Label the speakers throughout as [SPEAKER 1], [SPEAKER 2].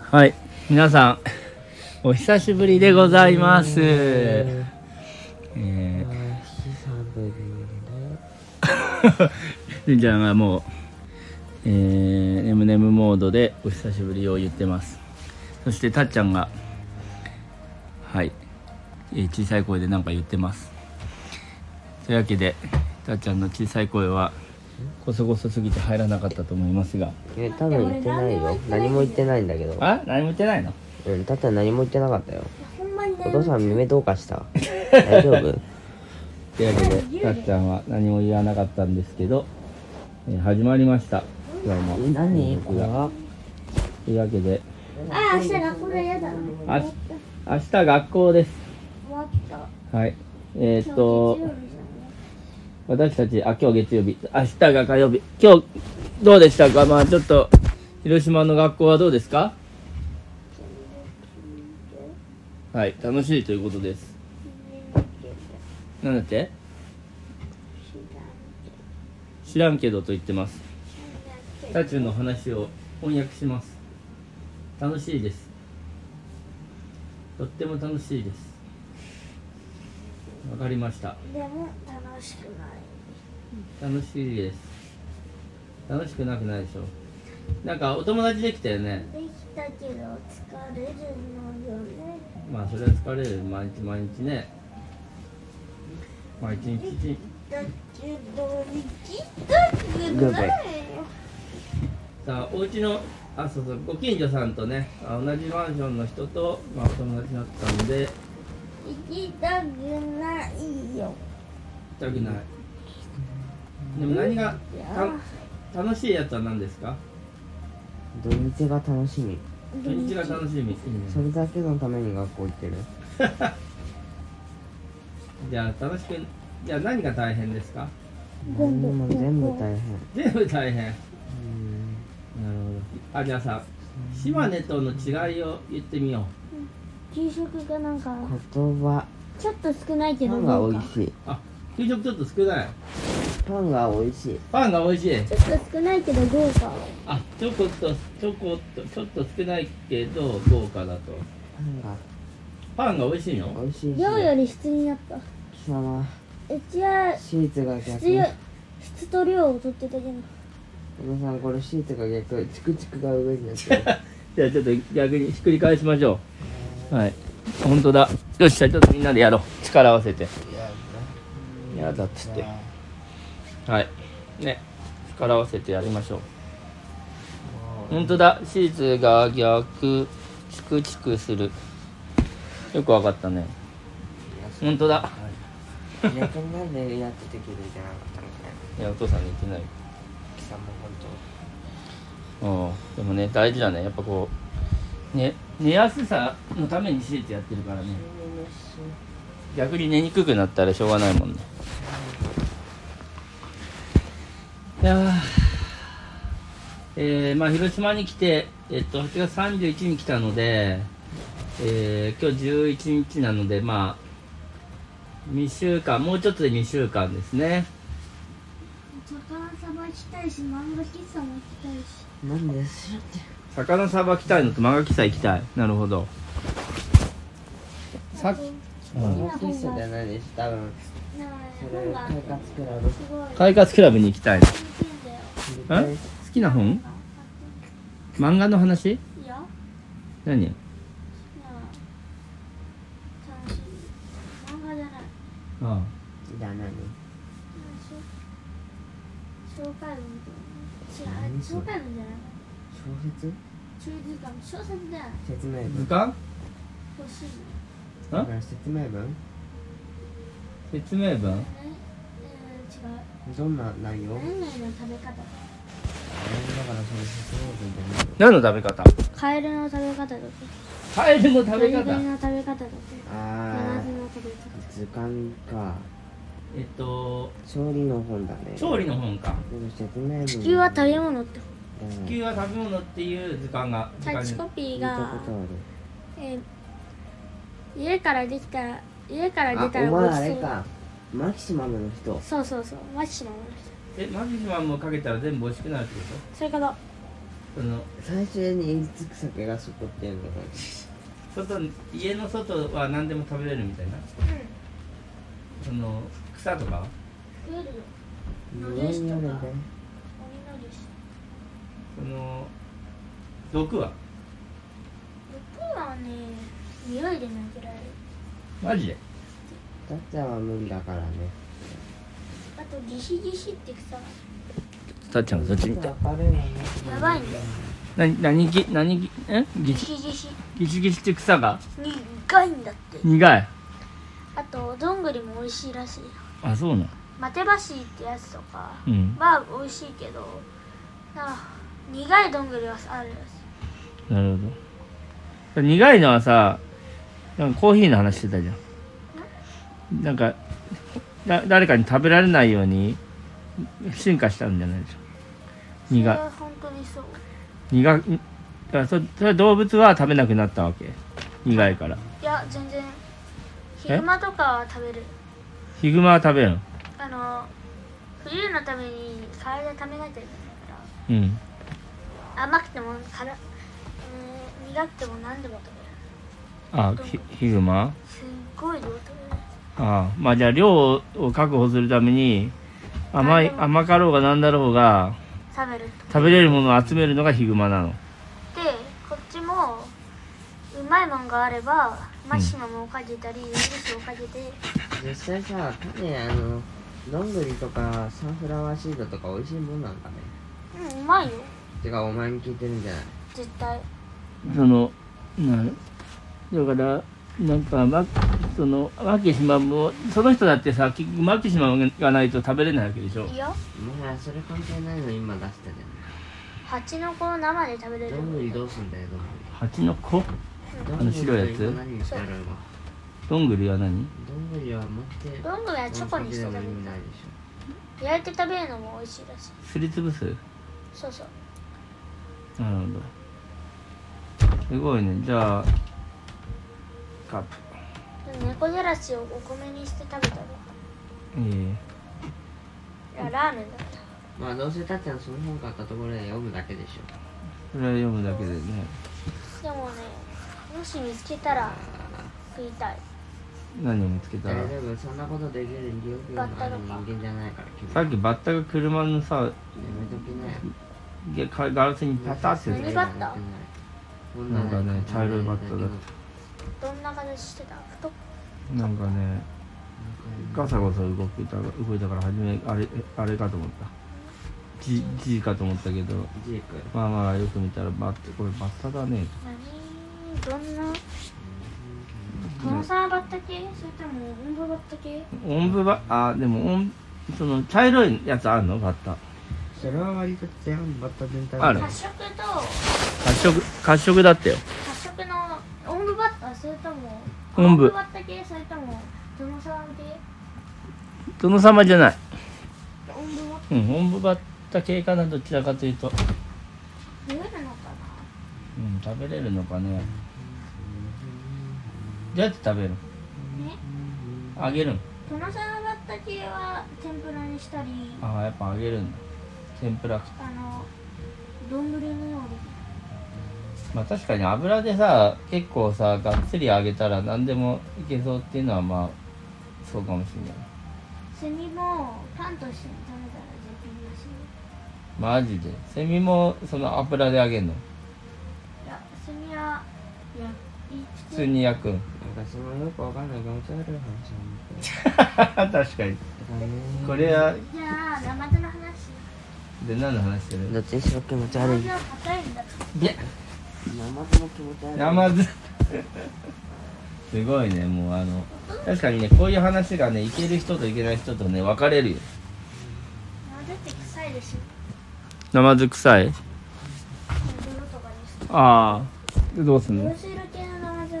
[SPEAKER 1] はい皆さんお久しぶりでございます、え
[SPEAKER 2] え
[SPEAKER 1] ー
[SPEAKER 2] ー、久ぶり
[SPEAKER 1] りんちゃんがもう、えー、ネムネムモードでお久しぶりを言ってますそしてたっちゃんがはい、えー小さい声で何か言ってますというわけでたっちゃんの小さい声はこそこそすぎて入らなかったと思いますが
[SPEAKER 2] ね。え、ただ言ってないよ。何も言ってないんだけど。
[SPEAKER 1] あ何も言ってないの
[SPEAKER 2] うん、ただ何も言ってなかったよ。
[SPEAKER 3] ほんまに
[SPEAKER 2] お父さん耳どうかした大丈夫
[SPEAKER 1] というわけでたっちゃんは何も言わなかったんですけど、えー始まりました今日も
[SPEAKER 2] 何
[SPEAKER 1] これはというわけで
[SPEAKER 3] ああ、明日学校だやだな。終
[SPEAKER 1] あし明日学校です
[SPEAKER 3] わった。
[SPEAKER 1] はい。えーっと、私たち、あ、今日月曜日、明日が火曜日、今日、どうでしたかまあちょっと、広島の学校はどうですかはい、楽しいということです。なんだって知らんけどと言ってます。タチューの話を翻訳します。楽しいです。とっても楽しいです。わかりました。
[SPEAKER 3] でも楽しくない。
[SPEAKER 1] 楽しいです楽しくなくないでしょなんかお友達できたよね
[SPEAKER 3] できたけど疲れるのよね。
[SPEAKER 1] まあそれは疲れる毎日毎日ね毎日日
[SPEAKER 3] だけどできたくない。
[SPEAKER 1] さあお家のあそうそうご近所さんとねあ同じマンションの人と、まあ、お友達になったんで行き
[SPEAKER 3] できたくないよ。
[SPEAKER 1] たくないでも何がた楽しいやつは何ですか
[SPEAKER 2] 土日が楽しみ
[SPEAKER 1] 土日が楽しみいいね
[SPEAKER 2] それだけのために学校行ってる
[SPEAKER 1] じゃあ楽しくじゃあ何が大変ですか
[SPEAKER 2] 何も全部大変
[SPEAKER 1] 全部大変
[SPEAKER 2] うん
[SPEAKER 1] なるほど。あ、じゃあさ、島根との違いを言ってみよう。
[SPEAKER 3] 給食がなんか
[SPEAKER 2] 言葉
[SPEAKER 3] ちょっと少ないけ
[SPEAKER 2] パ
[SPEAKER 3] ど
[SPEAKER 2] ン
[SPEAKER 3] な
[SPEAKER 2] が
[SPEAKER 3] ん
[SPEAKER 2] 美
[SPEAKER 3] か
[SPEAKER 2] 味しい
[SPEAKER 1] あ、給食ちょっと少ない。
[SPEAKER 2] パンが美味しい
[SPEAKER 1] パンが美味しい。
[SPEAKER 3] ちょっと少ないけど豪華。
[SPEAKER 1] あ、ちょこっと、ちょこっと、ちょっと少ないけど、豪華だと。
[SPEAKER 2] パンが
[SPEAKER 1] パンが美味しいの
[SPEAKER 2] 美味しいし
[SPEAKER 3] 量より質になった。
[SPEAKER 2] 貴様
[SPEAKER 3] うちは
[SPEAKER 2] シーツが逆
[SPEAKER 3] 質よ質と量を取ってたけど。
[SPEAKER 2] お父さんこれシーツが逆チクチクが上にな ってる
[SPEAKER 1] じゃあちょっと逆にひっくり返しましょう。はい。本当だ。よっしゃ、ちょっとみんなでやろう。力合わせて。やだっつって。はい。ね。力合わせてやりましょう。本当だ。シーツが逆、チクチクする。よくわかったね。本当だ。
[SPEAKER 2] 逆になんでやってて気づいてなかったのか
[SPEAKER 1] いや、お父さん寝てない。
[SPEAKER 2] 貴様本
[SPEAKER 1] うん。でもね、大事だね。やっぱこう、ね、寝やすさのためにシーツやってるからね。逆に寝にくくなったらしょうがないもんね。いやーえー、まあ広島に来て、えっと、8月31日に来たので、えー、今日11日なので、まあ、2週間、もうちょっとで2週間ですね。
[SPEAKER 3] 魚さばきたいし漫画喫茶も行きたいし
[SPEAKER 2] 当なんで知らって
[SPEAKER 1] 魚さばきたいのと漫画喫茶行きたいなるほどさ
[SPEAKER 2] 漫画喫茶じゃないです多分
[SPEAKER 3] なんか
[SPEAKER 2] それ
[SPEAKER 3] 本
[SPEAKER 2] 快
[SPEAKER 3] が
[SPEAKER 2] 活クラブ
[SPEAKER 3] すごい
[SPEAKER 1] 快活クラブに行きたいの
[SPEAKER 3] 似てんだよ
[SPEAKER 1] え好きな本漫画の話
[SPEAKER 3] いや
[SPEAKER 1] 何
[SPEAKER 3] なんか楽しい漫画じゃない
[SPEAKER 1] あ
[SPEAKER 2] じゃあ何
[SPEAKER 3] 紹介文みたいな違う紹介文じゃない
[SPEAKER 2] 小説
[SPEAKER 3] 中時間小説じゃない
[SPEAKER 2] 説明
[SPEAKER 1] あ図
[SPEAKER 2] 文
[SPEAKER 1] 鑑
[SPEAKER 3] 欲しいの
[SPEAKER 1] あ
[SPEAKER 2] 説明文
[SPEAKER 1] 説明文
[SPEAKER 3] えうん違う
[SPEAKER 2] どんな内容
[SPEAKER 3] 何々の食べ方
[SPEAKER 2] だからそれ説明文じゃない
[SPEAKER 1] 何の食べ方
[SPEAKER 3] カエルの食べ方とか
[SPEAKER 1] カエルの食べ
[SPEAKER 3] 鳥
[SPEAKER 1] 方
[SPEAKER 3] 類の食べ方とかナ
[SPEAKER 2] あ
[SPEAKER 3] マズの食べ方
[SPEAKER 2] ー図鑑か
[SPEAKER 1] えっと
[SPEAKER 2] 調理の本だね
[SPEAKER 1] 調理の本か
[SPEAKER 2] でも説明文
[SPEAKER 3] 地球は食べ物って
[SPEAKER 1] 地球は食べ物っていう図鑑が図
[SPEAKER 3] キャッ
[SPEAKER 1] 鑑
[SPEAKER 3] チ
[SPEAKER 1] に
[SPEAKER 3] コピ
[SPEAKER 2] 聞
[SPEAKER 3] ー
[SPEAKER 2] いた
[SPEAKER 3] が
[SPEAKER 2] ことある
[SPEAKER 3] えー家からできたら家から出た
[SPEAKER 2] あ
[SPEAKER 3] ら
[SPEAKER 2] お前
[SPEAKER 3] ご
[SPEAKER 2] あ
[SPEAKER 3] ちそう
[SPEAKER 2] れかマキシマムの人
[SPEAKER 3] そうそうそうマキシマムの人
[SPEAKER 1] えマキシマムをかけたら全部美味しくなるってこ
[SPEAKER 3] それから
[SPEAKER 1] その
[SPEAKER 2] 最初にいつく酒がそこってんだから
[SPEAKER 1] 外家の外は何でも食べれるみたいなその草とかは
[SPEAKER 3] 食えるよ
[SPEAKER 2] 無論によるんだね
[SPEAKER 3] 鬼のりし
[SPEAKER 1] その毒は
[SPEAKER 3] 毒はね匂いで殴られる
[SPEAKER 1] マジで
[SPEAKER 2] タッちゃんは無理だからね
[SPEAKER 3] あとギシギシって草が
[SPEAKER 1] たっちゃんがそっち見た
[SPEAKER 2] 明るいのね
[SPEAKER 3] やばいんだよ
[SPEAKER 1] 何何ぎ何ぎえぎ
[SPEAKER 3] ギ
[SPEAKER 1] ち
[SPEAKER 3] シギシ
[SPEAKER 1] ぎちぎちって草が
[SPEAKER 3] 苦いんだって
[SPEAKER 1] 苦い
[SPEAKER 3] あとどんぐりも美味しいらしいよ
[SPEAKER 1] あそうなん
[SPEAKER 3] マテバシーってやつとか
[SPEAKER 1] うん
[SPEAKER 3] は美味しいけどなんか苦いどんぐりはあるらしい
[SPEAKER 1] なるほど苦いのはさなんかコーヒーの話してたじゃんなんかだ誰かに食べられないように進化したんじゃないでしょ苦い
[SPEAKER 3] それは本当にそう
[SPEAKER 1] 苦いあそそれは動物は食べなくなったわけ苦いから
[SPEAKER 3] いや全然ヒ
[SPEAKER 1] え
[SPEAKER 3] グマとかは食べる
[SPEAKER 1] ヒグマは食べるの
[SPEAKER 3] あの冬のために体ためなきゃいけないか
[SPEAKER 1] うん
[SPEAKER 3] ら甘くてもから、えー苦くても何でも食べる
[SPEAKER 1] あヒヒグマ
[SPEAKER 3] すっごい量食べる
[SPEAKER 1] ああまあじゃあ量を確保するために甘い
[SPEAKER 3] あでも
[SPEAKER 1] 甘かろうがなんだろうが
[SPEAKER 3] 食べると
[SPEAKER 1] 食べれるものを集めるのがヒグマなの
[SPEAKER 3] でこっちもうまいもんがあればマシマムをかけたりウイルスをかけて
[SPEAKER 2] 実際さ種あのどんぐりとかサンフラワーシードとか美味しいもんなんだね
[SPEAKER 3] うんうまいよ
[SPEAKER 2] てかお前に聞いてるんじゃない
[SPEAKER 3] 絶対
[SPEAKER 1] そのなだからなんかマそのマキシマムをその人だってさ結局マキシマムがないと食べれないわけでしょ
[SPEAKER 3] いいよ
[SPEAKER 2] お前らそれ関係ないの今出したじ
[SPEAKER 3] 蜂の子を生で食べれ
[SPEAKER 2] ゃん
[SPEAKER 3] る
[SPEAKER 2] どんぐりどうすんだよどんぐ
[SPEAKER 1] 蜂の子
[SPEAKER 2] り
[SPEAKER 1] あの白いやつ
[SPEAKER 2] どんぐりの何にしたらいいの
[SPEAKER 1] どんぐりは何
[SPEAKER 2] どんぐりは持って
[SPEAKER 3] どんぐりはチョコにして食べ
[SPEAKER 2] も
[SPEAKER 3] る
[SPEAKER 2] 意味ないでし
[SPEAKER 3] 焼いて食べるのも美味しいらしい
[SPEAKER 1] すりつぶす
[SPEAKER 3] そうそう
[SPEAKER 1] なるほどすごいねじゃあカップ
[SPEAKER 3] 猫じゃらしをお米にして食べたの
[SPEAKER 1] え
[SPEAKER 3] いやラーメンだった
[SPEAKER 2] ょまあどうせたっちゃんその本買ったところで読むだけでしょ
[SPEAKER 1] えそれは読むだけでね
[SPEAKER 3] でもねもし見つけたら食いたい
[SPEAKER 1] 何を見つけた
[SPEAKER 2] 大
[SPEAKER 1] ら
[SPEAKER 2] 丈夫そんなことできる理由のある人間じゃないから君
[SPEAKER 1] さっきバッタが車のさ
[SPEAKER 2] やめときなよ
[SPEAKER 1] げかガラスにパタって
[SPEAKER 3] 何バッタ
[SPEAKER 1] なんかね茶色いバッタだっ
[SPEAKER 3] どんな形してた太っ
[SPEAKER 1] なんかねガサゴサ動いた動いたから初めあれあれかと思ったじじいかと思ったけど
[SPEAKER 2] ジーク
[SPEAKER 1] まあまあよく見たらバッタこれバッタだね
[SPEAKER 3] 何どんな殿様バッタ系それとも温度バッタ系
[SPEAKER 1] オンブバあでもオンその茶色いやつあるのバッタ
[SPEAKER 2] それは割と全バッタ全体
[SPEAKER 1] ある
[SPEAKER 3] 褐色と
[SPEAKER 1] 褐色褐色だったよ
[SPEAKER 3] 褐色の温度バッタそれとも
[SPEAKER 1] オン
[SPEAKER 3] 温度
[SPEAKER 1] ブ
[SPEAKER 3] バッタ系それとも殿様系
[SPEAKER 1] 殿様じゃない
[SPEAKER 3] 温度バッ
[SPEAKER 1] うんオンブバッタ系かなどちらかというと、
[SPEAKER 3] タ増えるのか
[SPEAKER 1] うん、食べれるのかねどうやって食べるの
[SPEAKER 3] なね
[SPEAKER 1] あげるん
[SPEAKER 3] 殿様バッタ系は天ぷらにしたり
[SPEAKER 1] ああやっぱあげるんだ天ぷら
[SPEAKER 3] あの丼のように
[SPEAKER 1] まあ確かに油でさ結構さがっつり揚げたら何でもいけそうっていうのはまあそうかもしれない
[SPEAKER 3] セミもパンとして食べたら絶品だしい
[SPEAKER 1] マジでセミもその油で揚げんの
[SPEAKER 3] いやセミはいやいい
[SPEAKER 1] 普通に焼くん
[SPEAKER 2] なんかそのよくわかんない気持ち悪い話なんだけ
[SPEAKER 1] 確かに
[SPEAKER 2] どだね
[SPEAKER 1] これは
[SPEAKER 3] じゃあナマズの話
[SPEAKER 1] で何の話してる
[SPEAKER 2] どっちにしろ気持ち
[SPEAKER 3] ナマ
[SPEAKER 2] 悪い
[SPEAKER 3] ズは硬いんだって
[SPEAKER 1] いや
[SPEAKER 2] 生でも気持ち悪い
[SPEAKER 1] 山津 すごいねもうあの確かにねこういう話がねいける人といけない人とね分かれるよ
[SPEAKER 3] ナマズって臭いでしょ
[SPEAKER 1] ナマズ臭い
[SPEAKER 3] 泥とかにして
[SPEAKER 1] ああどうすん
[SPEAKER 3] 色白系のナマズは結構臭いん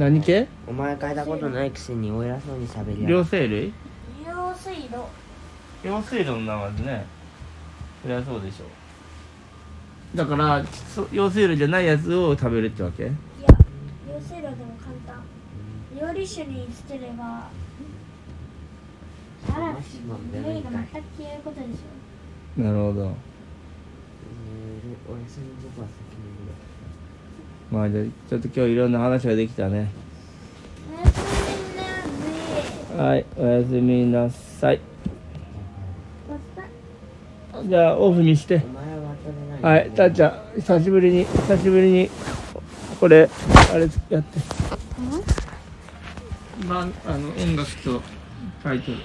[SPEAKER 3] だよ
[SPEAKER 1] 何系
[SPEAKER 2] お前嗅いだことないくせにお偉そうに喋りやが
[SPEAKER 1] 両
[SPEAKER 2] って
[SPEAKER 1] 生類
[SPEAKER 3] 硫黄水路
[SPEAKER 1] 用水路の名前でねそりゃそうでしょだからそ用水路じゃないやつを食べるってわけ
[SPEAKER 3] いや用水路でも簡単料理酒につければあら
[SPEAKER 2] マシマムでも
[SPEAKER 3] 匂
[SPEAKER 2] い
[SPEAKER 3] い
[SPEAKER 2] いか
[SPEAKER 3] が
[SPEAKER 2] い
[SPEAKER 3] 全く消えることでしょ
[SPEAKER 1] なるほど
[SPEAKER 2] う俺そのとこは先に見る
[SPEAKER 1] まあじゃあちょっと今日いろんな話ができたね
[SPEAKER 3] おやすみなさい
[SPEAKER 1] はいおやすみなさい
[SPEAKER 3] おっさん
[SPEAKER 1] じゃあオフにして
[SPEAKER 2] お前は渡れない
[SPEAKER 1] はいたっちゃん久しぶりに久しぶりにこれあれやって番あの音楽とタイトル